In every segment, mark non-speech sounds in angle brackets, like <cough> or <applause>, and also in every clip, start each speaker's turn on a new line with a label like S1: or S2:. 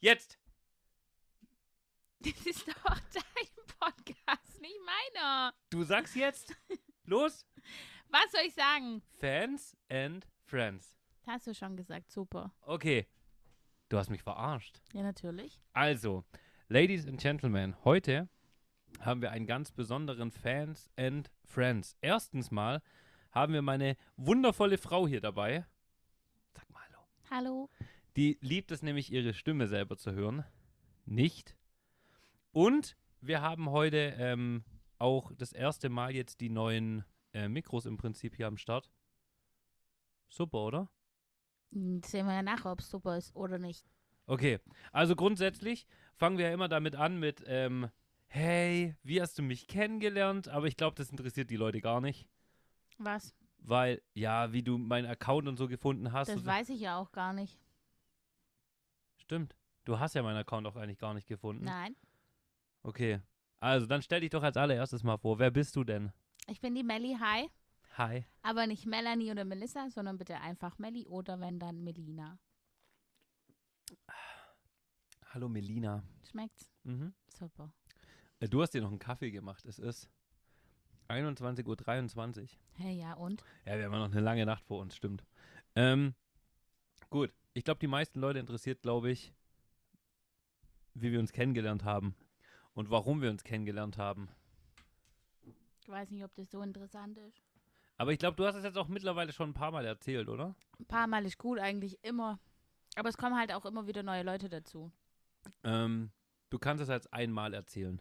S1: Jetzt!
S2: Das ist doch <laughs> dein Podcast, nicht meiner.
S1: Du sagst jetzt! Los!
S2: Was soll ich sagen?
S1: Fans and Friends.
S2: Das hast du schon gesagt, super.
S1: Okay. Du hast mich verarscht.
S2: Ja, natürlich.
S1: Also, Ladies and Gentlemen, heute haben wir einen ganz besonderen Fans and Friends. Erstens mal haben wir meine wundervolle Frau hier dabei. Sag mal hallo.
S2: Hallo.
S1: Die liebt es nämlich, ihre Stimme selber zu hören. Nicht. Und wir haben heute ähm, auch das erste Mal jetzt die neuen äh, Mikros im Prinzip hier am Start. Super, oder?
S2: Hm, Sehen wir ja nachher, ob es super ist oder nicht.
S1: Okay, also grundsätzlich fangen wir ja immer damit an mit, ähm, hey, wie hast du mich kennengelernt? Aber ich glaube, das interessiert die Leute gar nicht,
S2: Was?
S1: weil, ja, wie du meinen Account und so gefunden hast.
S2: Das
S1: und so.
S2: weiß ich ja auch gar nicht.
S1: Stimmt, du hast ja meinen Account auch eigentlich gar nicht gefunden.
S2: Nein.
S1: Okay, also dann stell dich doch als allererstes mal vor, wer bist du denn?
S2: Ich bin die Melli, hi.
S1: Hi.
S2: Aber nicht Melanie oder Melissa, sondern bitte einfach Melli oder wenn dann Melina.
S1: Hallo Melina.
S2: Schmeckt's?
S1: Mhm.
S2: Super.
S1: Äh, Du hast dir noch einen Kaffee gemacht, es ist 21.23 Uhr.
S2: Hey, ja, und?
S1: Ja, wir haben ja noch eine lange Nacht vor uns, stimmt. Ähm, gut, ich glaube, die meisten Leute interessiert, glaube ich, wie wir uns kennengelernt haben und warum wir uns kennengelernt haben.
S2: Ich weiß nicht, ob das so interessant ist.
S1: Aber ich glaube, du hast es jetzt auch mittlerweile schon ein paar Mal erzählt, oder?
S2: Ein paar Mal ist gut, eigentlich immer. Aber es kommen halt auch immer wieder neue Leute dazu.
S1: Ähm, du kannst es als einmal erzählen.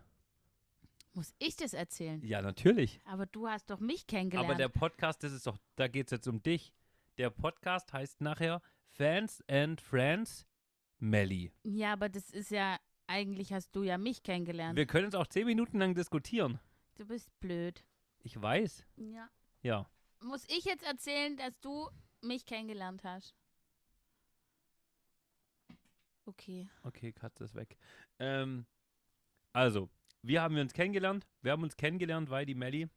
S2: Muss ich das erzählen?
S1: Ja, natürlich.
S2: Aber du hast doch mich kennengelernt.
S1: Aber der Podcast, das ist doch, da geht es jetzt um dich. Der Podcast heißt nachher Fans and Friends Melly.
S2: ja, aber das ist ja, eigentlich hast du ja mich kennengelernt.
S1: Wir können es auch zehn Minuten lang diskutieren.
S2: du bist blöd.
S1: Ich weiß.
S2: Ja.
S1: Ja.
S2: Muss ich jetzt erzählen, dass du mich kennengelernt hast? Okay.
S1: Okay, Katze ist weg. Ähm, also, wie haben wir uns kennengelernt? Wir haben uns kennengelernt, weil die Melli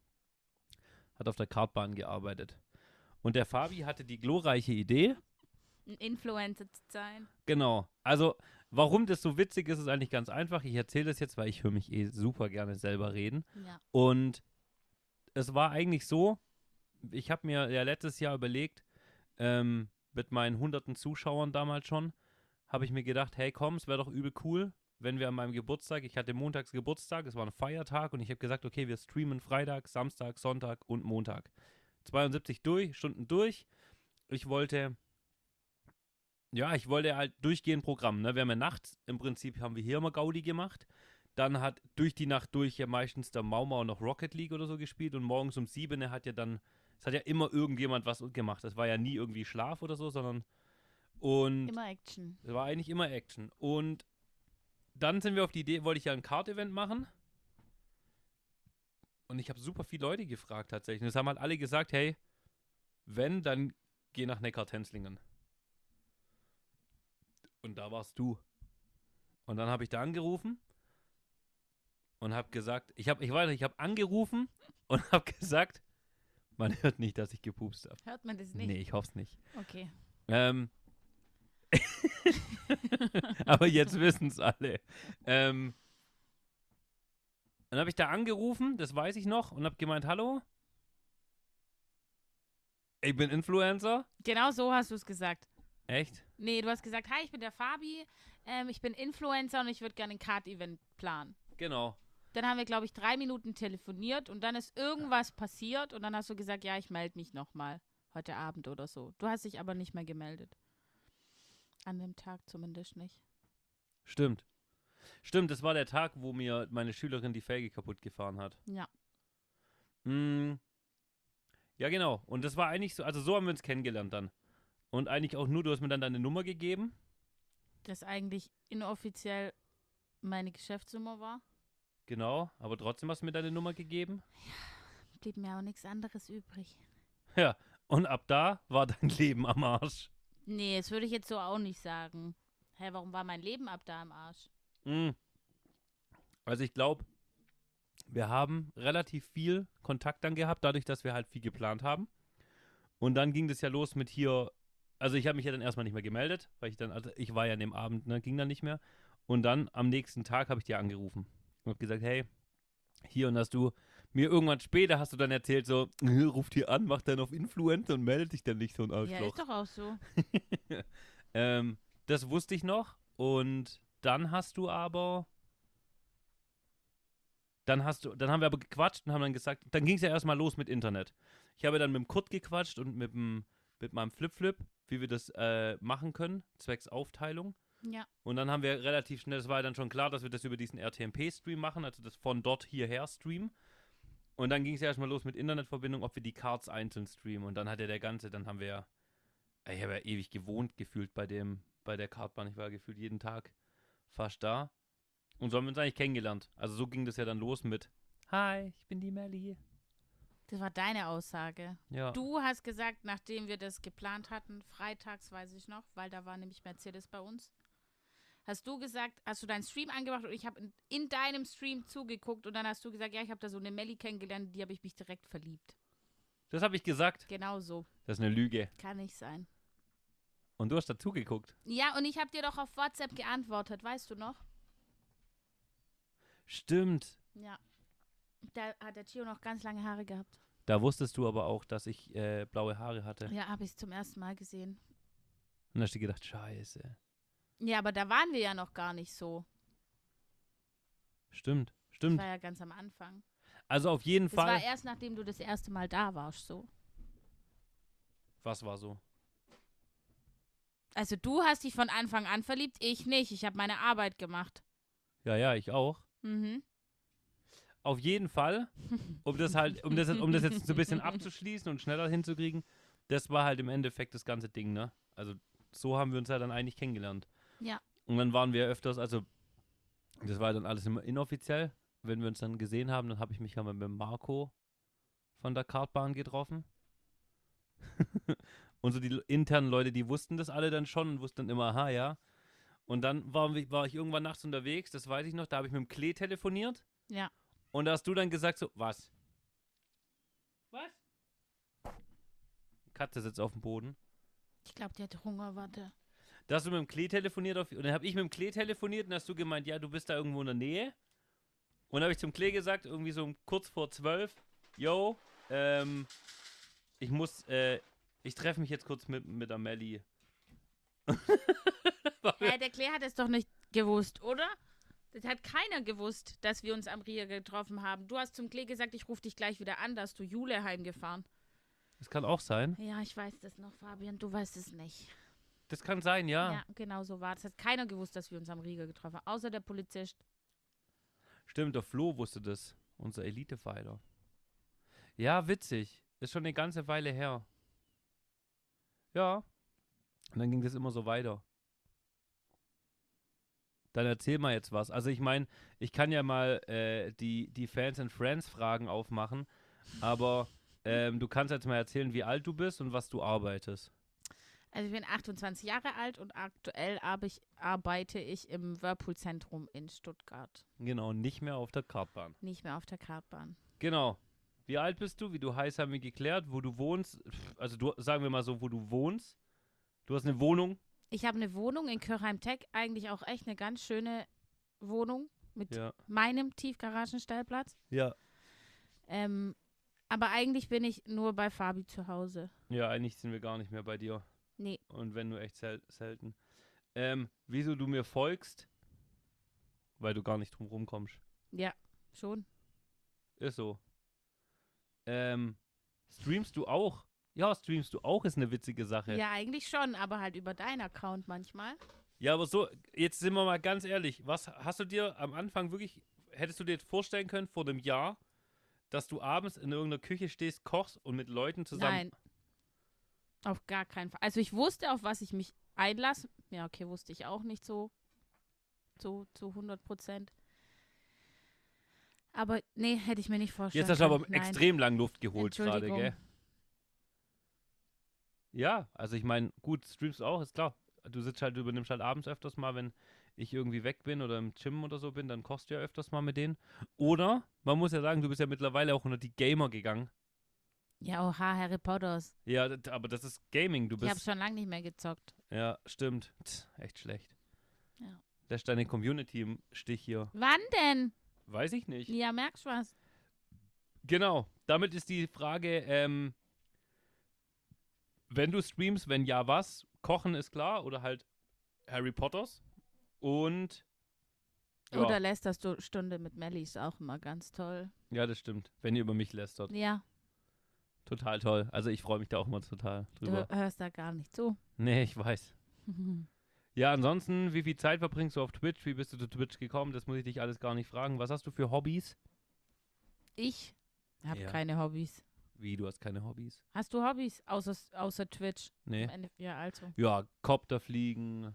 S1: hat auf der Kartbahn gearbeitet. Und der Fabi hatte die glorreiche Idee.
S2: Ein Influencer zu sein.
S1: Genau. Also, warum das so witzig ist, ist eigentlich ganz einfach. Ich erzähle das jetzt, weil ich höre mich eh super gerne selber reden.
S2: Ja.
S1: Und es war eigentlich so, ich habe mir ja letztes Jahr überlegt, ähm, mit meinen hunderten Zuschauern damals schon, habe ich mir gedacht, hey komm, es wäre doch übel cool, wenn wir an meinem Geburtstag, ich hatte montags Geburtstag, es war ein Feiertag und ich habe gesagt, okay, wir streamen Freitag, Samstag, Sonntag und Montag. 72 durch, Stunden durch. Ich wollte, ja, ich wollte halt durchgehend Programm, ne? Wir haben ja nachts, im Prinzip haben wir hier immer Gaudi gemacht. Dann hat durch die Nacht durch ja meistens der Maumau noch Rocket League oder so gespielt und morgens um sieben hat ja dann, es hat ja immer irgendjemand was gemacht. Das war ja nie irgendwie Schlaf oder so, sondern und
S2: Immer Action.
S1: es war eigentlich immer Action. Und dann sind wir auf die Idee, wollte ich ja ein Kart-Event machen. Und ich habe super viele Leute gefragt tatsächlich. Und es haben halt alle gesagt, hey, wenn, dann geh nach Neckartenzlingen. Und da warst du. Und dann habe ich da angerufen und habe gesagt, ich habe, ich weiß, nicht, ich habe angerufen und <laughs> habe gesagt, man hört nicht, dass ich gepupst habe.
S2: Hört man das nicht?
S1: Nee, ich hoffe es nicht.
S2: Okay.
S1: Ähm. <laughs> Aber jetzt wissen es alle. Ähm. Dann habe ich da angerufen, das weiß ich noch, und habe gemeint, hallo, ich bin Influencer.
S2: Genau so hast du es gesagt.
S1: Echt?
S2: Nee, du hast gesagt, hi, ich bin der Fabi, ähm, ich bin Influencer und ich würde gerne ein Kart-Event planen.
S1: Genau.
S2: Dann haben wir, glaube ich, drei Minuten telefoniert und dann ist irgendwas passiert und dann hast du gesagt, ja, ich melde mich nochmal heute Abend oder so. Du hast dich aber nicht mehr gemeldet. An dem Tag zumindest nicht.
S1: Stimmt. Stimmt, das war der Tag, wo mir meine Schülerin die Felge kaputt gefahren hat.
S2: Ja.
S1: Mm. Ja, genau. Und das war eigentlich so, also so haben wir uns kennengelernt dann. Und eigentlich auch nur, du hast mir dann deine Nummer gegeben.
S2: Das eigentlich inoffiziell meine Geschäftsnummer war.
S1: Genau, aber trotzdem hast du mir deine Nummer gegeben.
S2: Blieb mir auch nichts anderes übrig.
S1: Ja, und ab da war <laughs> dein Leben am Arsch.
S2: Nee, das würde ich jetzt so auch nicht sagen. Hä, warum war mein Leben ab da im Arsch?
S1: Mm. Also ich glaube, wir haben relativ viel Kontakt dann gehabt, dadurch, dass wir halt viel geplant haben. Und dann ging das ja los mit hier also ich habe mich ja dann erstmal nicht mehr gemeldet, weil ich dann, also ich war ja an dem Abend, ne, ging dann nicht mehr. Und dann am nächsten Tag habe ich dir angerufen und habe gesagt, hey, hier und hast du mir irgendwann später hast du dann erzählt so, <laughs> ruft hier an, macht dann auf Influencer und meldet dich dann nicht so ein
S2: Ja, ist
S1: Arschloch.
S2: doch auch so.
S1: <laughs> ähm, das wusste ich noch und dann hast du aber dann hast du, dann haben wir aber gequatscht und haben dann gesagt, dann ging es ja erstmal los mit Internet. Ich habe dann mit dem Kurt gequatscht und mit dem mit meinem Flip-Flip, wie wir das äh, machen können, zwecks Aufteilung.
S2: Ja.
S1: Und dann haben wir relativ schnell, es war ja dann schon klar, dass wir das über diesen RTMP-Stream machen, also das von dort hierher Stream. Und dann ging es ja erstmal los mit Internetverbindung, ob wir die Cards einzeln streamen. Und dann hat ja der ganze, dann haben wir ja, ey, ich habe ja ewig gewohnt gefühlt bei dem, bei der Kartbahn. Ich war ja gefühlt jeden Tag fast da. Und so haben wir uns eigentlich kennengelernt. Also so ging das ja dann los mit Hi, ich bin die Melli.
S2: Das war deine Aussage.
S1: Ja.
S2: Du hast gesagt, nachdem wir das geplant hatten, freitags weiß ich noch, weil da war nämlich Mercedes bei uns. Hast du gesagt, hast du deinen Stream angemacht und ich habe in, in deinem Stream zugeguckt und dann hast du gesagt, ja, ich habe da so eine Melli kennengelernt, die habe ich mich direkt verliebt.
S1: Das habe ich gesagt.
S2: Genau so.
S1: Das ist eine Lüge.
S2: Kann nicht sein.
S1: Und du hast dazu geguckt.
S2: Ja, und ich habe dir doch auf WhatsApp geantwortet, weißt du noch?
S1: Stimmt.
S2: Ja. Da hat der Gio noch ganz lange Haare gehabt.
S1: Da wusstest du aber auch, dass ich äh, blaue Haare hatte.
S2: Ja, habe ich zum ersten Mal gesehen.
S1: Und dann hast du gedacht, scheiße.
S2: Ja, aber da waren wir ja noch gar nicht so.
S1: Stimmt,
S2: Das
S1: stimmt.
S2: war ja ganz am Anfang.
S1: Also auf jeden
S2: Das war
S1: Fall.
S2: erst nachdem du das erste Mal da warst, so.
S1: Was war so?
S2: Also du hast dich von Anfang an verliebt, ich nicht. Ich habe meine Arbeit gemacht.
S1: Ja, ja, ich auch.
S2: Mhm.
S1: Auf jeden Fall, um das halt, um das, jetzt- um das jetzt so ein bisschen abzuschließen und schneller hinzukriegen, das war halt im Endeffekt das ganze Ding, ne? Also so haben wir uns ja dann eigentlich kennengelernt.
S2: Ja.
S1: Und dann waren wir öfters, also das war dann alles immer inoffiziell. Wenn wir uns dann gesehen haben, dann habe ich mich ja mal mit Marco von der Kartbahn getroffen. <laughs> und so die l- internen Leute, die wussten das alle dann schon und wussten dann immer, aha, ja. Und dann waren wir, war ich irgendwann nachts unterwegs, das weiß ich noch, da habe ich mit dem Klee telefoniert.
S2: Ja.
S1: Und da hast du dann gesagt so, was? Was? Katze sitzt auf dem Boden.
S2: Ich glaube, die hat Hunger, warte.
S1: Da hast du mit dem Klee telefoniert auf, und dann habe ich mit dem Klee telefoniert und hast du gemeint, ja, du bist da irgendwo in der Nähe. Und habe ich zum Klee gesagt, irgendwie so um kurz vor zwölf, yo, ähm, ich muss, äh, ich treffe mich jetzt kurz mit, mit Amelie.
S2: Hä, der Claire hat es doch nicht gewusst, oder? Das hat keiner gewusst, dass wir uns am Rier getroffen haben. Du hast zum Klee gesagt, ich rufe dich gleich wieder an, dass du Jule heimgefahren.
S1: Das kann auch sein.
S2: Ja, ich weiß das noch, Fabian, du weißt es nicht.
S1: Das kann sein, ja.
S2: Ja, genau so war. Das hat keiner gewusst, dass wir uns am Rieger getroffen haben, außer der Polizist.
S1: Stimmt, der Flo wusste das. Unser Elite-Fighter. Ja, witzig. Ist schon eine ganze Weile her. Ja. Und dann ging das immer so weiter. Dann erzähl mal jetzt was. Also ich meine, ich kann ja mal äh, die, die Fans and Friends Fragen aufmachen, aber ähm, du kannst jetzt mal erzählen, wie alt du bist und was du arbeitest.
S2: Also ich bin 28 Jahre alt und aktuell arbe- ich, arbeite ich im Whirlpool-Zentrum in Stuttgart.
S1: Genau, nicht mehr auf der Kartbahn.
S2: Nicht mehr auf der Kartbahn.
S1: Genau. Wie alt bist du? Wie du heißt, haben wir geklärt. Wo du wohnst. Pff, Also du, sagen wir mal so, wo du wohnst. Du hast eine Wohnung.
S2: Ich habe eine Wohnung in Kirchheim-Tech, eigentlich auch echt eine ganz schöne Wohnung mit
S1: Ja.
S2: meinem Tiefgaragenstellplatz.
S1: Ja.
S2: Ähm, aber eigentlich bin ich nur bei Fabi zu Hause.
S1: Ja, eigentlich sind wir gar nicht mehr bei dir.
S2: Nee.
S1: Und wenn nur echt sel selten. Ähm, wieso du mir folgst? Weil du gar nicht drum rumkommst.
S2: Schon?
S1: Ist so. Ähm, streamst du auch? Ja, streamst du auch ist eine witzige Sache.
S2: Ja, eigentlich schon, aber halt über deinen Account manchmal.
S1: Ja, aber so, jetzt sind wir mal ganz ehrlich. Was hast du dir am Anfang wirklich, hättest du dir jetzt vorstellen können vor dem Jahr, dass du abends in irgendeiner Küche stehst, kochst und mit Leuten zusammen.
S2: Nein. Auf gar keinen Fall. Also ich wusste, auf was ich mich einlasse. Ja, okay, wusste ich auch nicht so. So zu 100 Prozent. Aber nee, hätte ich mir nicht vorstellen
S1: Jetzt hast du aber
S2: können. Nein.
S1: extrem lang Luft geholt gerade,
S2: Entschuldigung.
S1: gell? Ja, also ich meine, gut, streamst du auch, ist klar. Du sitzt halt, du übernimmst halt abends öfters mal, wenn ich irgendwie weg bin oder im Gym oder so bin, dann kochst du ja öfters mal mit denen. Oder, man muss ja sagen, du bist ja mittlerweile auch unter die Gamer gegangen.
S2: Ja, oha, Harry Potters.
S1: Ja, d- aber das ist Gaming. Du
S2: Ich habe
S1: bist.
S2: schon lange nicht mehr gezockt.
S1: Ja, stimmt. Tz, echt schlecht.
S2: Ja.
S1: Lässt deine Community im Stich hier.
S2: Wann denn?
S1: Weiß ich nicht.
S2: Ja, merkst du was?
S1: Genau. Damit ist die Frage, ähm, wenn du streamst, wenn ja, was? Kochen ist klar oder halt Harry Potters und ja,
S2: Oder lässt das du Stunde mit Melli ist auch immer ganz toll.
S1: ja, das stimmt. Wenn ihr über mich lästert,
S2: Ja,
S1: total toll. Also ich freue mich da auch mal total
S2: du
S1: drüber.
S2: hörst da gar nicht zu. <laughs>
S1: Nee, ich weiß. Ja, ansonsten, wie viel Zeit verbringst du auf Twitch? Wie bist du zu Twitch gekommen? Das muss ich dich alles gar nicht fragen. Was hast du für Hobbys?
S2: Ich habe
S1: Ja.
S2: keine Hobbys.
S1: Wie, du hast keine Hobbys?
S2: Hast du Hobbys außer, außer Twitch?
S1: Nee.
S2: Am Ende- Ja, also.
S1: Ja, Kopter fliegen,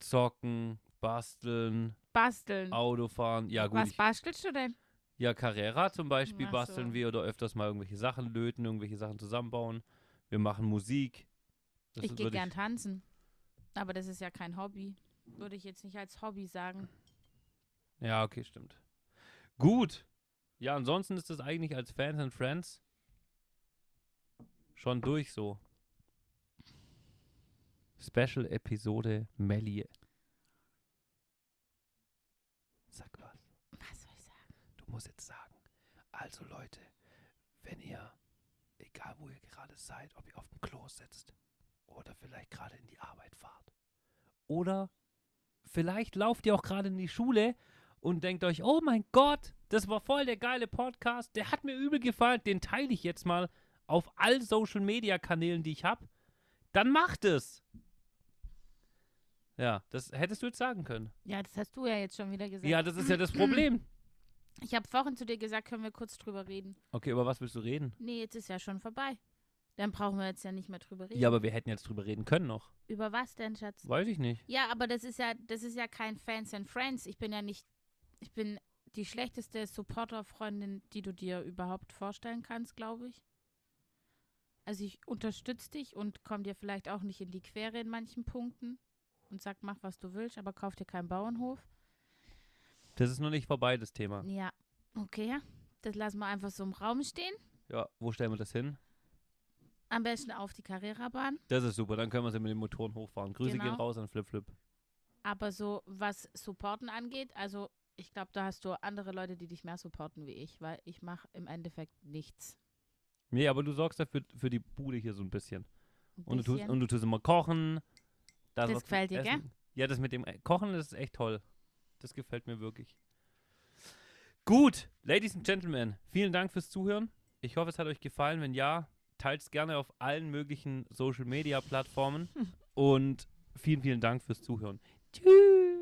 S1: zocken, basteln,
S2: Basteln.
S1: Autofahren. Ja, gut.
S2: Äh, was
S1: Ich,
S2: bastelst du denn?
S1: ja, Carrera zum Beispiel
S2: Ach so.
S1: basteln wir oder öfters mal irgendwelche Sachen löten, irgendwelche Sachen zusammenbauen. Wir machen Musik. Das
S2: ich gehe
S1: würd
S2: gern tanzen. Aber das ist ja kein Hobby. Würde ich jetzt nicht als Hobby sagen.
S1: Ja, okay, stimmt. Gut. Ja, ansonsten ist das eigentlich als Fans and Friends schon durch so. Special Episode Melli. Sag was.
S2: Was soll ich sagen?
S1: Du musst jetzt sagen. Also Leute, wenn ihr, egal wo ihr gerade seid, ob ihr auf dem Klo sitzt oder vielleicht gerade in die Arbeit fahrt oder vielleicht lauft ihr auch gerade in die Schule und denkt euch, oh mein Gott, das war voll der geile Podcast, der hat mir übel gefallen, den teile ich jetzt mal auf all Social Media Kanälen, die ich habe. Dann macht es. Ja, das hättest du jetzt sagen können.
S2: Ja, das hast du ja jetzt schon wieder gesagt.
S1: Ja, das ist ja das Problem.
S2: Ich habe vorhin zu dir gesagt, können wir kurz drüber reden.
S1: Okay, über was willst du reden?
S2: Nee, jetzt ist ja schon vorbei. Dann brauchen wir jetzt ja nicht mehr drüber reden.
S1: Ja, aber wir hätten jetzt drüber reden können noch.
S2: Über was denn, Schatz?
S1: Weiß ich nicht.
S2: Ja, aber das ist ja, das ist ja kein Fans and Friends. Ich bin ja nicht, ich bin die schlechteste Supporterfreundin, die du dir überhaupt vorstellen kannst, glaube ich. Also ich unterstütze dich und komme dir vielleicht auch nicht in die Quere in manchen Punkten und sag, mach was du willst, aber kauf dir keinen Bauernhof.
S1: Das ist noch nicht vorbei, das Thema.
S2: Ja, okay. Das lassen wir einfach so im Raum stehen.
S1: Ja, wo stellen wir das hin?
S2: Am besten auf die Carrera-Bahn.
S1: Das ist super, dann können wir sie mit den Motoren hochfahren. Grüße
S2: Genau.
S1: gehen raus an Flip Flip.
S2: Aber so, was Supporten angeht, also ich glaube, da hast du andere Leute, die dich mehr supporten wie ich, weil ich mache im Endeffekt nichts.
S1: Nee, aber du sorgst dafür für die Bude hier so ein bisschen.
S2: Ein
S1: Und du tust,
S2: bisschen.
S1: und du tust immer kochen. Da
S2: Das
S1: was zum
S2: gefällt dir, gell?
S1: Essen. Ja, das mit dem äh, Kochen, das ist echt toll. Das gefällt mir wirklich. Gut, Ladies and Gentlemen, vielen Dank fürs Zuhören. Ich hoffe, es hat euch gefallen. Wenn ja, teilt es gerne auf allen <laughs> möglichen Social Media Plattformen. Und vielen, vielen Dank fürs Zuhören. Tschüss.